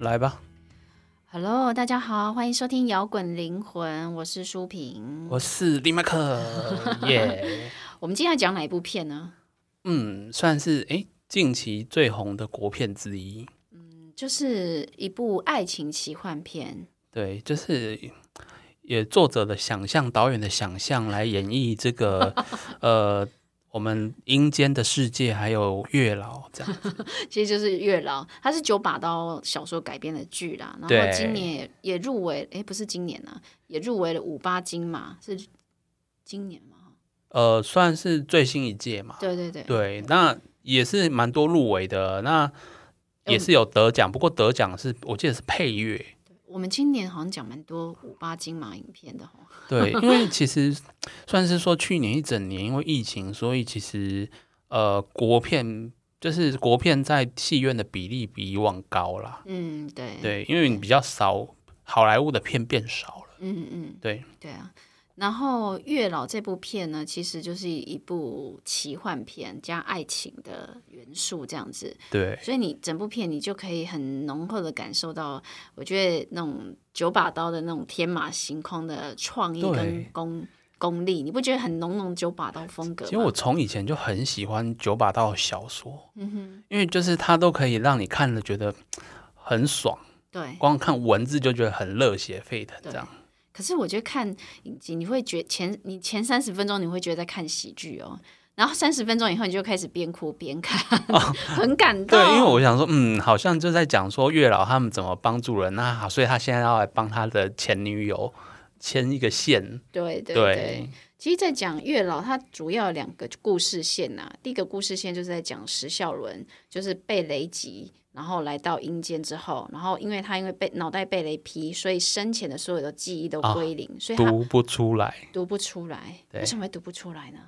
来吧， Hello，大家好，欢迎收听《摇滚灵魂》，我是舒平。我是李麦 克，耶，我们今天要讲哪一部片呢？嗯，算是诶近期最红的国片之一，嗯就是一部爱情奇幻片。对，就是也作者的想象，导演的想象来演绎这 个呃我们阴间的世界，还有月老这 样，其实就是月老，它是九把刀小说改编的剧啦。然对后今年也也入围，诶，不是今年啊，也入围了五八金马，是今年吗？呃，算是最新一届嘛，对对对，对，那也是蛮多入围的，那也是有得奖，不过得奖是我记得是配乐，我们今年好像讲蛮多五八金马影片的哦。 对，因为其实算是说去年一整年因为疫情，所以其实呃国片就是国片在戏院的比例比以往高啦。嗯，对，对，因为你比较少好莱坞的片变少了。嗯嗯，对对啊。然后《月老》这部片呢，其实就是一部奇幻片加爱情的元素这样子，对所以你整部片你就可以很浓厚的感受到，我觉得那种九把刀的那种天马行空的创意对哎跟功功力，你不觉得很浓浓九把刀风格吗？其实我从以前就很喜欢九把刀的小说，嗯因为就是它都可以让你看了觉得很爽，对，光看文字就觉得很热血沸腾这样。可是我觉得看影集，你会觉前你前三十分钟你会觉得在看喜剧哦，然后三十分钟以后你就开始边哭边看，很感动。哦对，因为我想说，嗯，好像就在讲说月老他们怎么帮助人，那好，所以他现在要来帮他的前女友牵一个线，对对对对，其实，在讲月老，它主要有两个故事线呐、第一个故事线就是在讲石孝伦，就是被雷击，然后来到阴间之后，然后因为他因为被脑袋被雷劈，所以生前的所有的记忆都归零，所以他读不出 来。读不出来。啊对为什么会读不出来呢？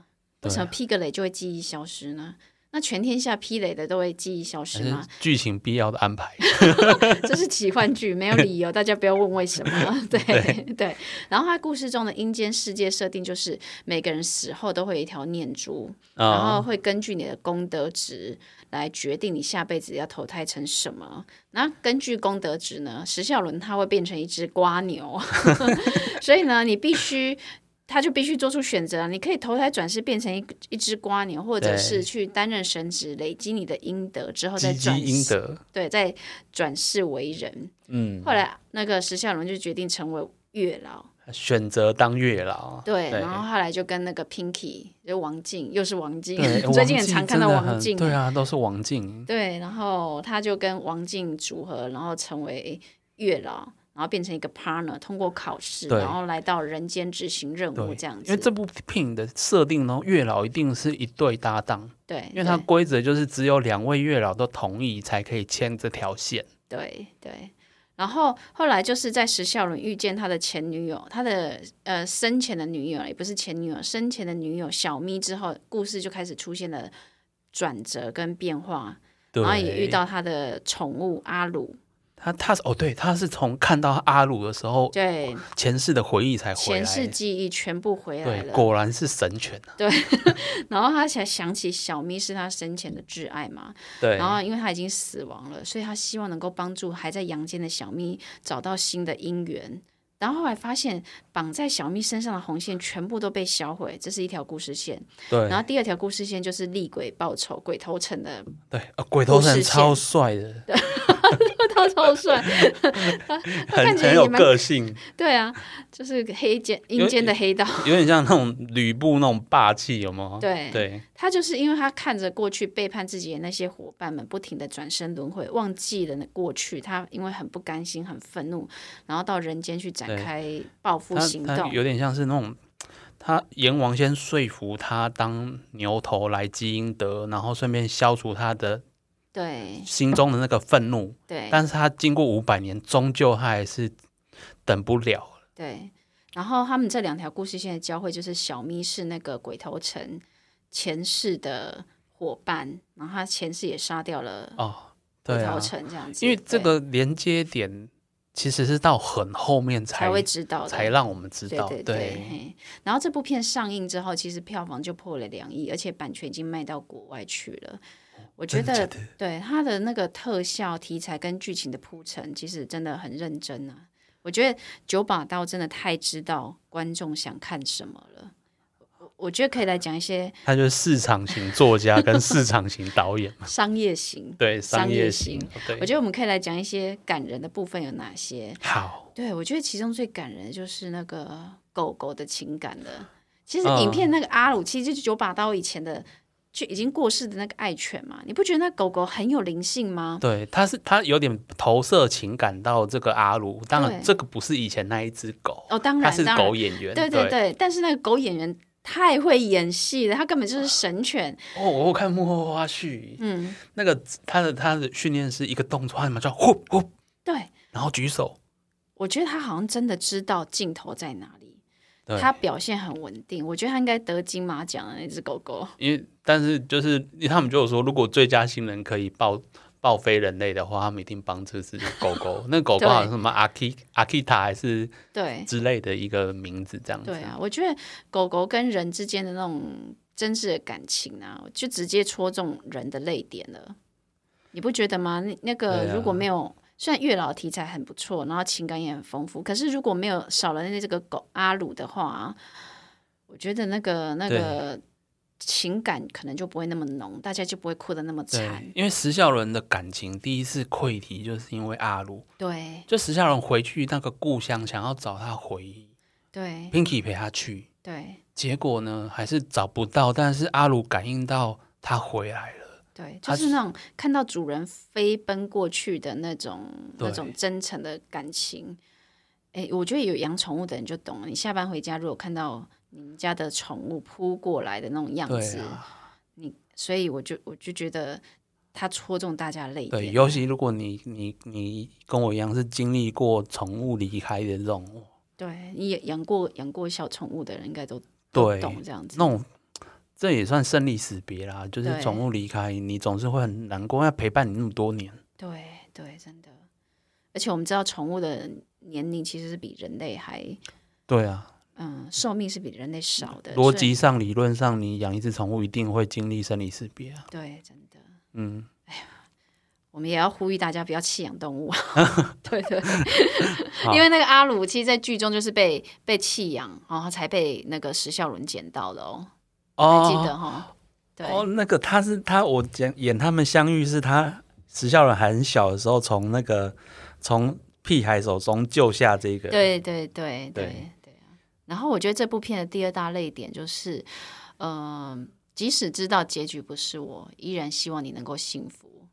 对啊为什么劈个雷就会记忆消失呢？那全天下劈雷的都会记忆消失但是吗？ 剧情必要的安排，这是奇幻剧，没有理由，大家不要问为什么。 对对然后他故事中的阴间世界设定就是每个人死后都会有一条念珠，然啊、后会根据你的功德值来决定你下辈子要投胎成什么。那根据功德值呢，石孝伦他会变成一只瓜牛， 所以呢，你必须。他就必须做出选择啊，你可以投胎转世变成一一只瓜牛，或者对是去担任神职，累积你的阴德之后再积转积阴世，德，对，再转世为人。嗯，后来那个石孝伦就决定成为月老，选择当月老，对，对然后后来就跟那个 Pinky 就王静，又是王 静对，，最近很常看到王王静静，真欸的很对啊，都是王静，对，然后他就跟王静组合，然后成为月老，然后变成一个 partner，通过考试，对然后来到人间执行任务对，这样因为子，这部片的设定呢，月老一定是一对搭档，对，因为它对规则就是只有两位月老都同意才可以牵这条线，对对。然后后来就是在石孝伦遇见他的前女友，他的呃生前的女友，也不是前女友，生前的女友小咪之后，故事就开始出现了转折跟变化，对，然后也遇到他的宠物阿鲁，他他是哦，对，他是从看到阿鲁的时候，对，前世的回忆才回来。前世记忆全部回来对，了。果然是神犬啊！然后他才想起小咪是他生前的挚爱嘛，对，然后因为他已经死亡了，所以他希望能够帮助还在阳间的小咪找到新的姻缘。然后后来发现绑在小咪身上的红线全部都被销毁，这是一条故事线。然对后第二条故事线就是厉鬼报仇、 鬼头城的对，啊鬼头故神事超帅的，报头帅，看很起很来也有蛮个性，对啊， 就是黑间阴间的黑道。有点像那种吕布那种霸气，有吗？对对他就是因为他看着过去背叛自己的那些伙伴们不停的转身轮回，忘记了那过去，他因为很不甘心、很愤怒，然后到人间去展开报复他行他动。有点像是那种，他阎王先说服他当牛头来积阴德，然后顺便消除他的对心中的那个愤怒，对但是他经过五百年，终究他还是等不了。对，然后他们这两条故事线的交汇，就是小咪是那个鬼头城前世的伙伴，然后他前世也杀掉了哦，鬼对头啊，城这样子，因为这对个连接点其实是到很后面才才会知道的才让我们知道，对嘿然后这部片上映之后，其实票房就破了两亿，而且版权已经卖到国外去了。我觉真的得假的对它的那个特效题材跟剧情的铺陈，其实真的很认真啊。我觉得九把刀真的太知道观众想看什么了。我我觉得可以来讲一些他就是市场型作家跟市场型导演嘛，商业型，对，商业型商，我对，觉得我们可以来讲一些感人的部分有哪些。好，对，我觉得其中最感人的就是那个狗狗的情感了。其实嗯影片那个阿鲁，其实就是九把刀以前的就已经过世的那个爱犬嘛，你不觉得那狗狗很有灵性吗？对，他是他有点投射情感到这个阿鲁，当然对这个不是以前那一只狗，哦，当他然，是当然，狗演员，对对对。但是那个狗演员太会演戏了，他根本就是神犬。哦，我有看幕后花絮，嗯，那个他的他的训练是一个动作，他怎么叫呼呼，对，然后举手，我觉得他好像真的知道镜头在哪里，对，他表现很稳定。我觉得他应该得金马奖的那只狗狗。因为但是就是他们就有说，如果最佳新人可以报报非人类的话，他们一定帮这只狗 狗。那狗狗对好像什么阿 k 阿 k 塔还是对，之类的一个名字这样子。对啊，我觉得狗狗跟人之间的那种真挚的感情啊，就直接戳中人的泪点了，你不觉得吗？那那对个啊如果没有，虽然月老题材很不错，然后情感也很丰富，可是如果没有少了那这个狗阿鲁的话啊，我觉得那个那对个情感可能就不会那么浓，大家就不会哭的那么对惨。因为石孝伦的感情第一次溃堤，就是因为阿鲁，对就石孝伦回去那个故乡，想要找他回忆对，Pinky 陪他去，对结果呢还是找不到，但是阿鲁感应到他回来了，对，就它是那种看到主人飞奔过去的那种那对种真诚的感情。哎，我觉得有养宠物的人就懂了。你下班回家，如果看到你们家的宠物扑过来的那种样对子，啊，所以我就我就觉得它戳中大家的泪对，点。尤其如果你你你跟我一样是经历过宠物离开的这种，对你也养过养过小宠物的人，应该都都对，懂这样子那。种这也算生离死别啦，就是对宠物离开，你总是会很难过，要陪伴你那么多年。对对，真的。而且我们知道，宠物的年龄其实是比人类还，对啊，嗯，寿命是比人类少的。逻所以辑上、理论上，你养一只宠物一定会经历生离死别啊。对，真的。哎嗯，我们也要呼吁大家不要弃养动物，啊 对对，因为那个阿鲁其实，在剧中就是被被弃养，然后才被那个石孝伦捡到的哦，还记哦得哈、对、哦，那个他是他，我演演他们相遇是他石孝人还很小的时候，从那个从屁孩手中救下这个。，对对对对对对啊然后我觉得这部片的第二大泪点就是，嗯、即使知道结局不是我，依然希望你能够幸福。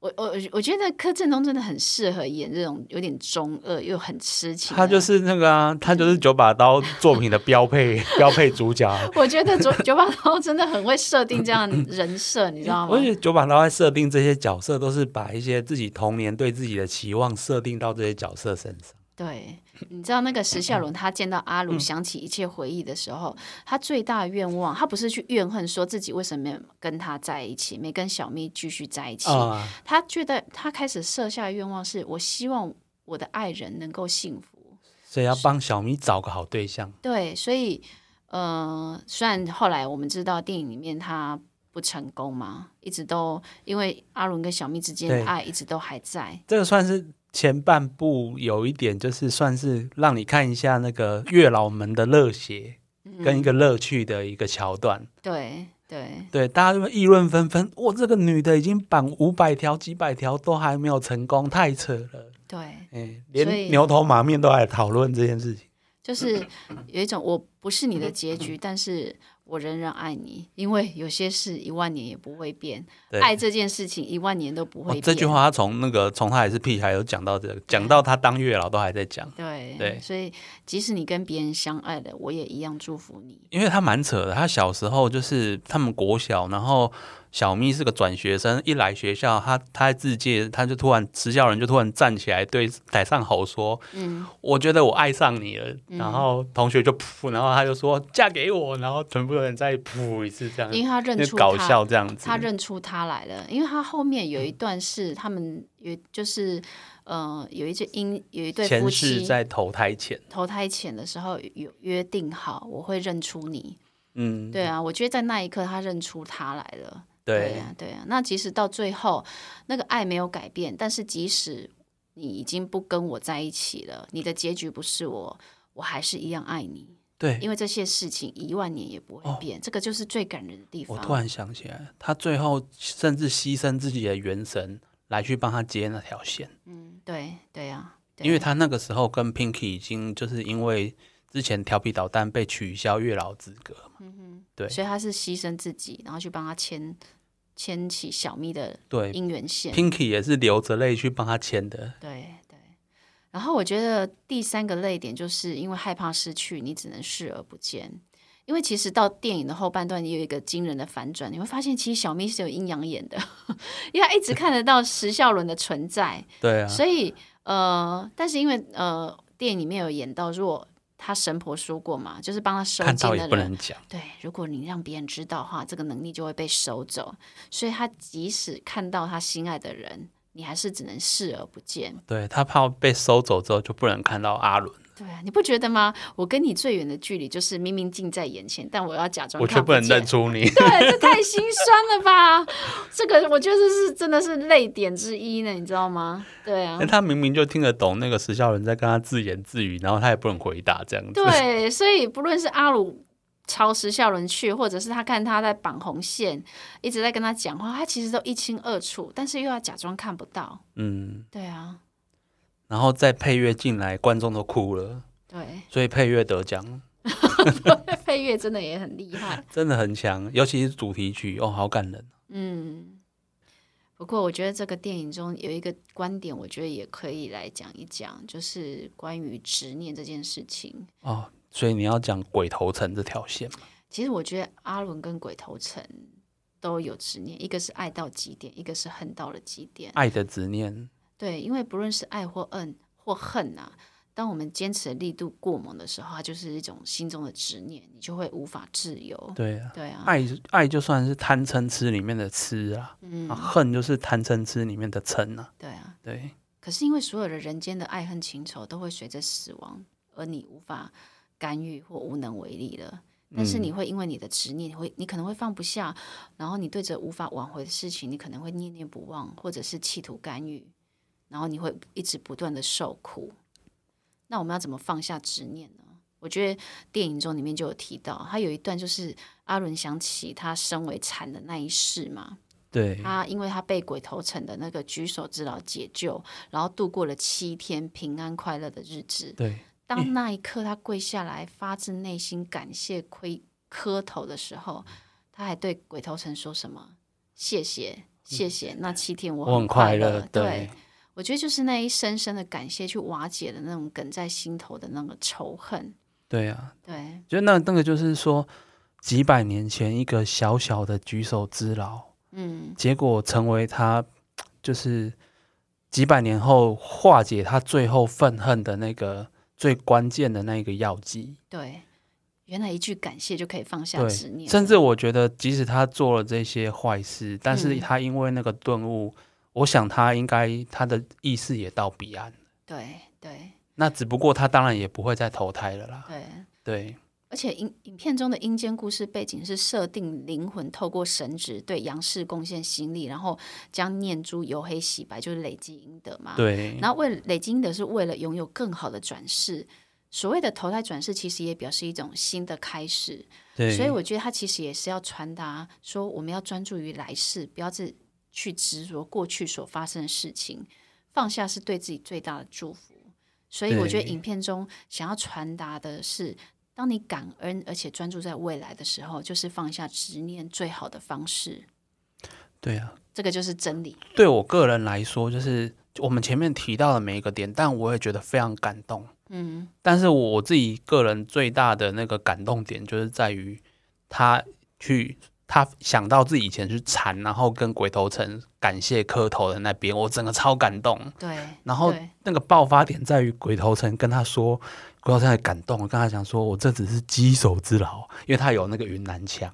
我我我觉得柯震东真的很适合演这种有点中二又很痴情的，他就是那个啊，他嗯就是九把刀作品的标配 标配主角啊。 我觉得九九把刀真的很会设定这样的人设，你知道吗我？觉得九把刀在设定这些角色，都是把一些自己童年对自己的期望设定到这些角色身上。对，你知道那个石孝伦，他见到阿嗯鲁，想起一切回忆的时候，他最大的愿望，他不是去怨恨说自己为什么没有跟他在一起，没跟小咪继续在一起。啊、他觉得他开始设下的愿望是：我希望我的爱人能够幸福。所以要帮小咪找个好对象。对，所以呃，虽然后来我们知道电影里面他不成功嘛，一直都因为阿伦跟小咪之间对的爱一直都还在。这个算是前半部有一点，就是算是让你看一下那个月老们的热血嗯跟一个乐趣的一个桥段。对对对，大家就会议论纷纷，哇，这个女的已经绑五百条、几百条都还没有成功，太扯了。对，哎，所连以牛头马面都来讨论这件事情。就是有一种我不是你的结局，但是我仍然爱你，因为有些事一万年也不会变，对爱这件事情一万年都不哦会变。、这句话他从那个从他还是屁孩有讲到这个，讲到他当月老都还在讲，对对所以即使你跟别人相爱了，我也一样祝福你。因为他蛮扯的。他小时候就是他们国小，然后小咪是个转学生，一来学校，他他在自介，他就突然职教人就突然站起来对台上吼说：“嗯，我觉得我爱上你了。”然后同学就噗，然后他就说：“嫁给我！”然后全部人再噗一次这样因，为他认呃那出搞他笑嗯这样子。他认出他来了，因为他后面有一段是他们有就是呃有一对姻有一对夫前世妻在投胎前，投胎前的时候有约定好，我会认出你。嗯，对啊，我觉得在那一刻他认出他来了，对对呀、对呀、那即使到最后，那个爱没有改变，但是即使你已经不跟我在一起了，你的结局不是我，我还是一样爱你，对，因为这些事情一万年也不会哦变，这个就是最感人的地我方。突然想起来，他最后甚至牺牲自己的元神来去帮他接那条线，嗯，对对呀、对啊因为他那个时候跟 Pinky 已经就是因为之前调皮捣蛋被取消月老资格嘛，对所以他是牺牲自己，然后去帮他牵牵起小咪的对姻缘线。 ，Pinky 也是流着泪去帮他签的，对对。然后我觉得第三个泪点，就是因为害怕失去，你只能视而不见。因为其实到电影的后半段，也有一个惊人的反转，你会发现其实小咪是有阴阳眼的， 因为他一直看得到石孝伦的存在，对啊， 所以呃，但是因为呃，电影里面有演到，如果他神婆说过嘛，就是帮他收看进到的也人，不能讲，对，如果你让别人知道的话，这个能力就会被收走。所以他即使看到他心爱的人，你还是只能视而不见。对他怕被收走之后就不能看到阿伦，对啊，你不觉得吗？我跟你最远的距离就是明明近在眼前，但我要假装我却看不能见啊认。出你，，对，这太心酸了吧！这个我觉得是真的是泪点之一呢，你知道吗？对啊 他明明就听得懂那个石孝人在跟他自言自语，然后他也不能回答这样子，对，所以不论是阿鲁朝石孝伦去，或者是他看他在绑红线，一直在跟他讲话，他其实都一清二楚，但是又要假装看不到。嗯，对啊，然后再配乐进来，观众都哭了，对， 所以配乐得奖，配乐真的也很厉害。真的很强，尤其是主题曲哦，好感人。嗯，不过我觉得这个电影中有一个观点，我觉得也可以来讲一讲，就是关于执念这件事情。哦，所以你要讲鬼头城这条线嘛？其实我觉得阿伦跟鬼头城都有执念，一个是爱到极点，一个是恨到了极点。爱的执念，对，因为不论是爱或恨或恨啊，当我们坚持的力度过猛的时候，它就是一种心中的执念，你就会无法自由。对啊，对啊，爱爱就算是贪嗔痴里面的痴啊，嗯啊，恨就是贪嗔痴里面的嗔啊，对啊。对，可是因为所有的人间的爱恨情仇都会随着死亡，而你无法干预或无能为力了。但是你会因为你的执念，你会你可能会放不下，然后你对着无法挽回的事情，你可能会念念不忘，或者是企图干预，然后你会一直不断的受苦。那我们要怎么放下执念呢？我觉得电影中里面就有提到，他有一段就是阿伦想起他身为蝉的那一世嘛，对，他因为他被鬼头城的那个举手之劳解救，然后度过了七天平安快乐的日子。对，当那一刻他跪下来，发自内心感谢亏磕头的时候，他还对鬼头城说什么：“谢谢，谢谢，那七天我我很快快乐，对对，，我觉得就是那一深深的感谢，去瓦解了那种梗在心头的那个仇恨。对啊，对，就那那个就是说，几百年前一个小小的举手之劳，嗯，结果成为他就是几百年后化解他最后愤恨的那个最关键的那一个药剂。对，原来一句感谢就可以放下执对，念，甚至我觉得，即使他做了这些坏事，但是嗯他因为那个顿悟，我想他应该他的意识也到彼岸。对对那只不过他当然也不会再投胎了啦。对。对而且影影片中的阴间故事背景是设定灵魂透过神职对阳世贡献心力，然后将念珠由黑洗白，就是累积阴德嘛。。对然后为了累积阴德是为了拥有更好的转世。所谓的投胎转世，其实也表示一种新的开始。对，所以我觉得他其实也是要传达说，我们要专注于来世，不要只去执着过去所发生的事情，放下是对自己最大的祝福。所以我觉得对影片中想要传达的是，当你感恩而且专注在未来的时候，就是放下执念最好的方式。对啊，这个就是真理。对我个人来说，就是我们前面提到的每一个点，但我也觉得非常感动。嗯，但是我自己个人最大的那个感动点，就是在于他去他想到自己以前是蝉，然后跟鬼头城感谢磕头的那边，我整个超感动。对。然后对那个爆发点在于鬼头城跟他说，鬼头城也感动了，跟他讲说我这只是举手之劳，因为他有那个云南腔。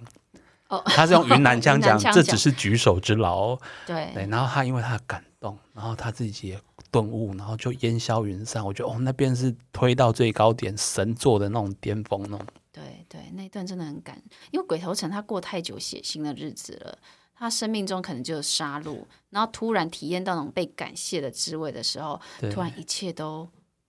哦他是用云南腔 云南讲，腔这讲只是举手之劳。对，对然后他因为他的感动，然后他自己也顿悟，然后就烟消云散。我觉得哦，那边是推到最高点，神作的那种巅峰那种。对对，那一段真的很感，因为鬼头城他过太久血腥的日子了，他生命中可能就有杀戮，然后突然体验到那种被感谢的滋味的时候，对突然一切都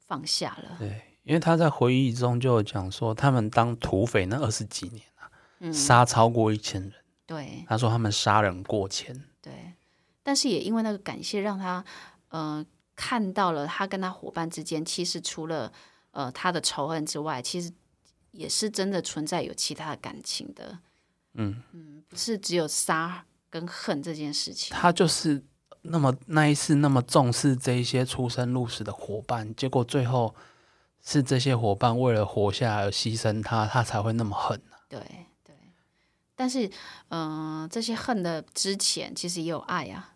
放下了。对，因为他在回忆中就有讲说，他们当土匪那二十几年啊，嗯，杀超过一千人。对他说他们杀人过千，对，但是也因为那个感谢，让他呃看到了他跟他伙伴之间，其实除了呃他的仇恨之外，其实也是真的存在有其他的感情的。嗯嗯，不是只有杀跟恨这件事情。他就是那么那一次那么重视这一些出生入死的伙伴，结果最后是这些伙伴为了活下来而牺牲他，他才会那么狠啊、对对，但是，嗯、这些恨的之前其实也有爱啊，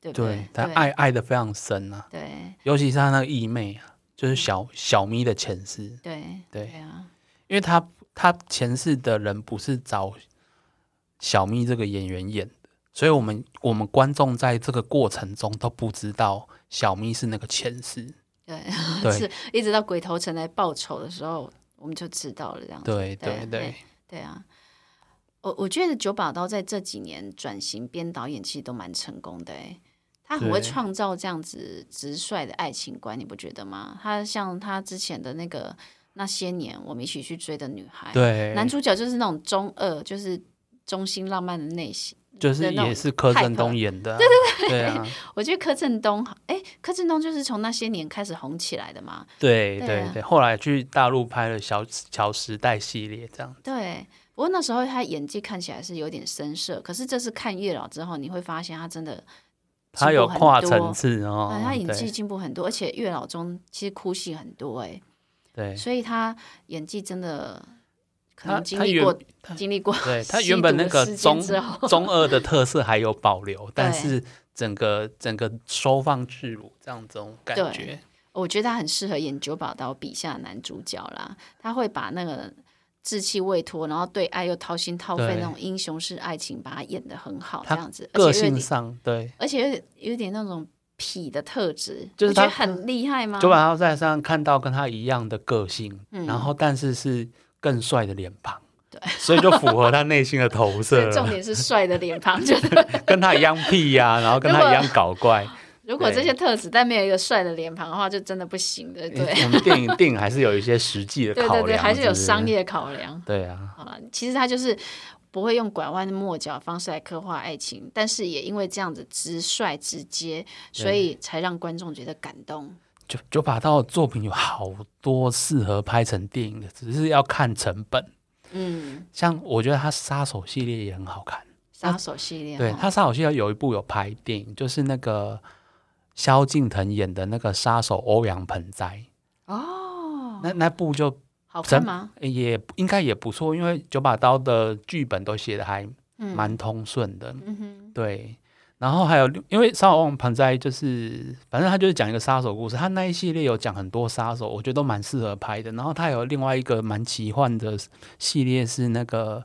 对不对对？他爱爱的非常深啊，对尤其是他那个义妹啊，就是小小咪的前世，对对啊，因为他他前世的人不是找小咪这个演员演的，所以我们我们观众在这个过程中都不知道小咪是那个前世。对，对 是一直到鬼头城来报仇的时候，我们就知道了这样子。对对对对对对啊，我我觉得九把刀在这几年转型编导演其实都蛮成功的诶，他很会对创造这样子直率的爱情观，你不觉得吗？他像他之前的那个那些年我们一起去追的女孩，对，男主角就是那种中二，就是中心浪漫的类型。就是的那种也是柯震东 type 演的啊、对对对啊，我觉得柯震东，哎，柯震东就是从那些年开始红起来的嘛。对 对对啊对，后来去大陆拍了小《小时代》系列，这样对，不过那时候他演技看起来是有点生涩，可是这次看月老之后，你会发现他真的他有进步很跨多层次哦啊，，他演技对进步很多，而且月老中其实哭戏很多哎、对所以他演技真的可他能经他历原过经历 过对他吸原本毒那个事件中之后中二的特色还有保留，但 对是整个整个收放自如这样种感对觉，我觉得他很适合演九把刀笔下的男主角啦，他会把那个稚气未脱，然后对爱又掏心掏肺对那种英雄式爱情，把它演得很好，这他样子，个而且有性点，上对，而且有点有点那种痞的特质，就是你觉他得很厉害吗？九把刀在身上看到跟他一样的个性，然后但是是更帅的脸庞，嗯对，所以就符合他内心的 投射所以重了，点是帅的脸庞， 就是跟他一样屁呀、然后跟他一样搞怪，如果对这些特质但没有一个帅的脸庞的话，就真的不行的， 对我们电影电影还是有一些实际的 对考对量，对，还是有不商，业考量。对啊，好了，其实他就是不会用拐弯抹角的方式来刻画爱情，但是也因为这样子直率直接，所以才让观众觉得感动。九九把刀的作品有好多适合拍成电影的，只是要看成本。嗯，像我觉得他杀手系列也很好看，杀手系嗯列、哦，啊对他杀手系列有一部有拍电影，就是那个萧敬腾演的那个杀手欧阳盆栽，哦，那那部就好看吗？诶也应该也不错，因为九把刀的剧本都写的还蛮通顺的，嗯哼，对。然后还有另，因为《杀手欧阳盆栽》就是，反正他就是讲一个杀手故事，他那一系列有讲很多杀手，我觉得都蛮适合拍的。然后他有另外一个蛮奇幻的系列是那个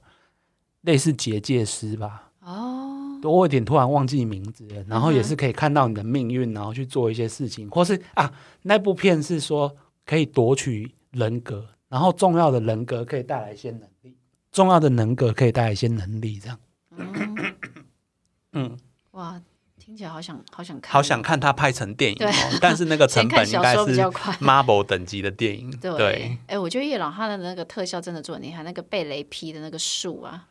类似结界师吧，哦，我有点突然忘记名字了，然后嗯哼也是可以看到你的命运，然后去做一些事情，或是啊，那部片是说可以夺取人格，然后重要的人格可以带来一些能力，重要的人格可以带来一些能力，这样，嗯嗯，哇，听起来好想好想看，好想看它拍成电影、对哦， 但是那个成先本看应小该说比较是快。 Marvel 等级的电影，对，对哎、我觉得叶老他的那个特效真的做得很厉害，那个被雷劈的那个树啊，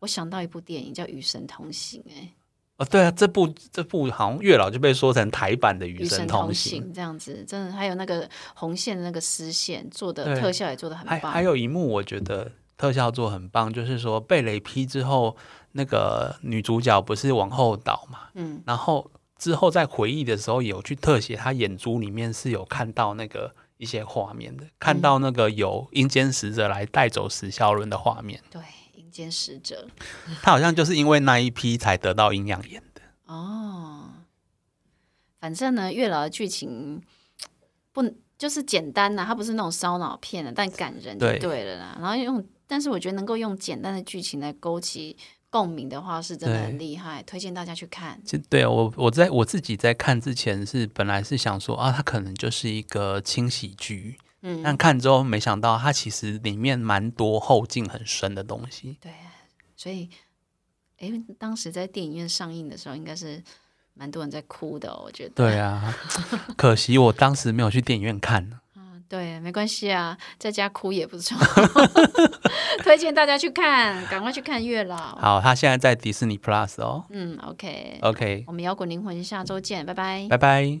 我想到一部电影叫《与神同行》，哎，哦，对啊，这部这部好像月老就被说成台版的《与与神神同行》行这样子，真的还有那个红线的那个丝线做的对特效也做的很还棒，还有一幕，我觉得特效做很棒，就是说被雷劈之后，那个女主角不是往后倒嘛，嗯，然后之后在回忆的时候有去特写，她眼珠里面是有看到那个一些画面的，嗯看到那个有阴间使者来带走史孝伦的画面，对，阴间使者她好像就是因为那一批才得到阴阳眼的。哦，反正呢，月老的剧情不就是简单呐、它不是那种烧脑片的，但感人就对对了啦。然后用，但是我觉得能够用简单的剧情来勾起共鸣的话，是真的很对厉害，推荐大家去看。其实对我我在我自己在看之前是本来是想说啊，它可能就是一个轻喜剧，嗯，但看之后没想到，它其实里面蛮多后劲很深的东西。所以哎，当时在电影院上映的时候，应该是蛮多人在哭的哦、我觉得。对啊，可惜我当时没有去电影院看。嗯对，没关系啊，在家哭也不错。 推荐大家去看，赶快去看月老。好，他现在在迪士尼 Plus 哦。嗯，OK， OK，我们摇滚灵魂下周见，拜拜。呃拜拜。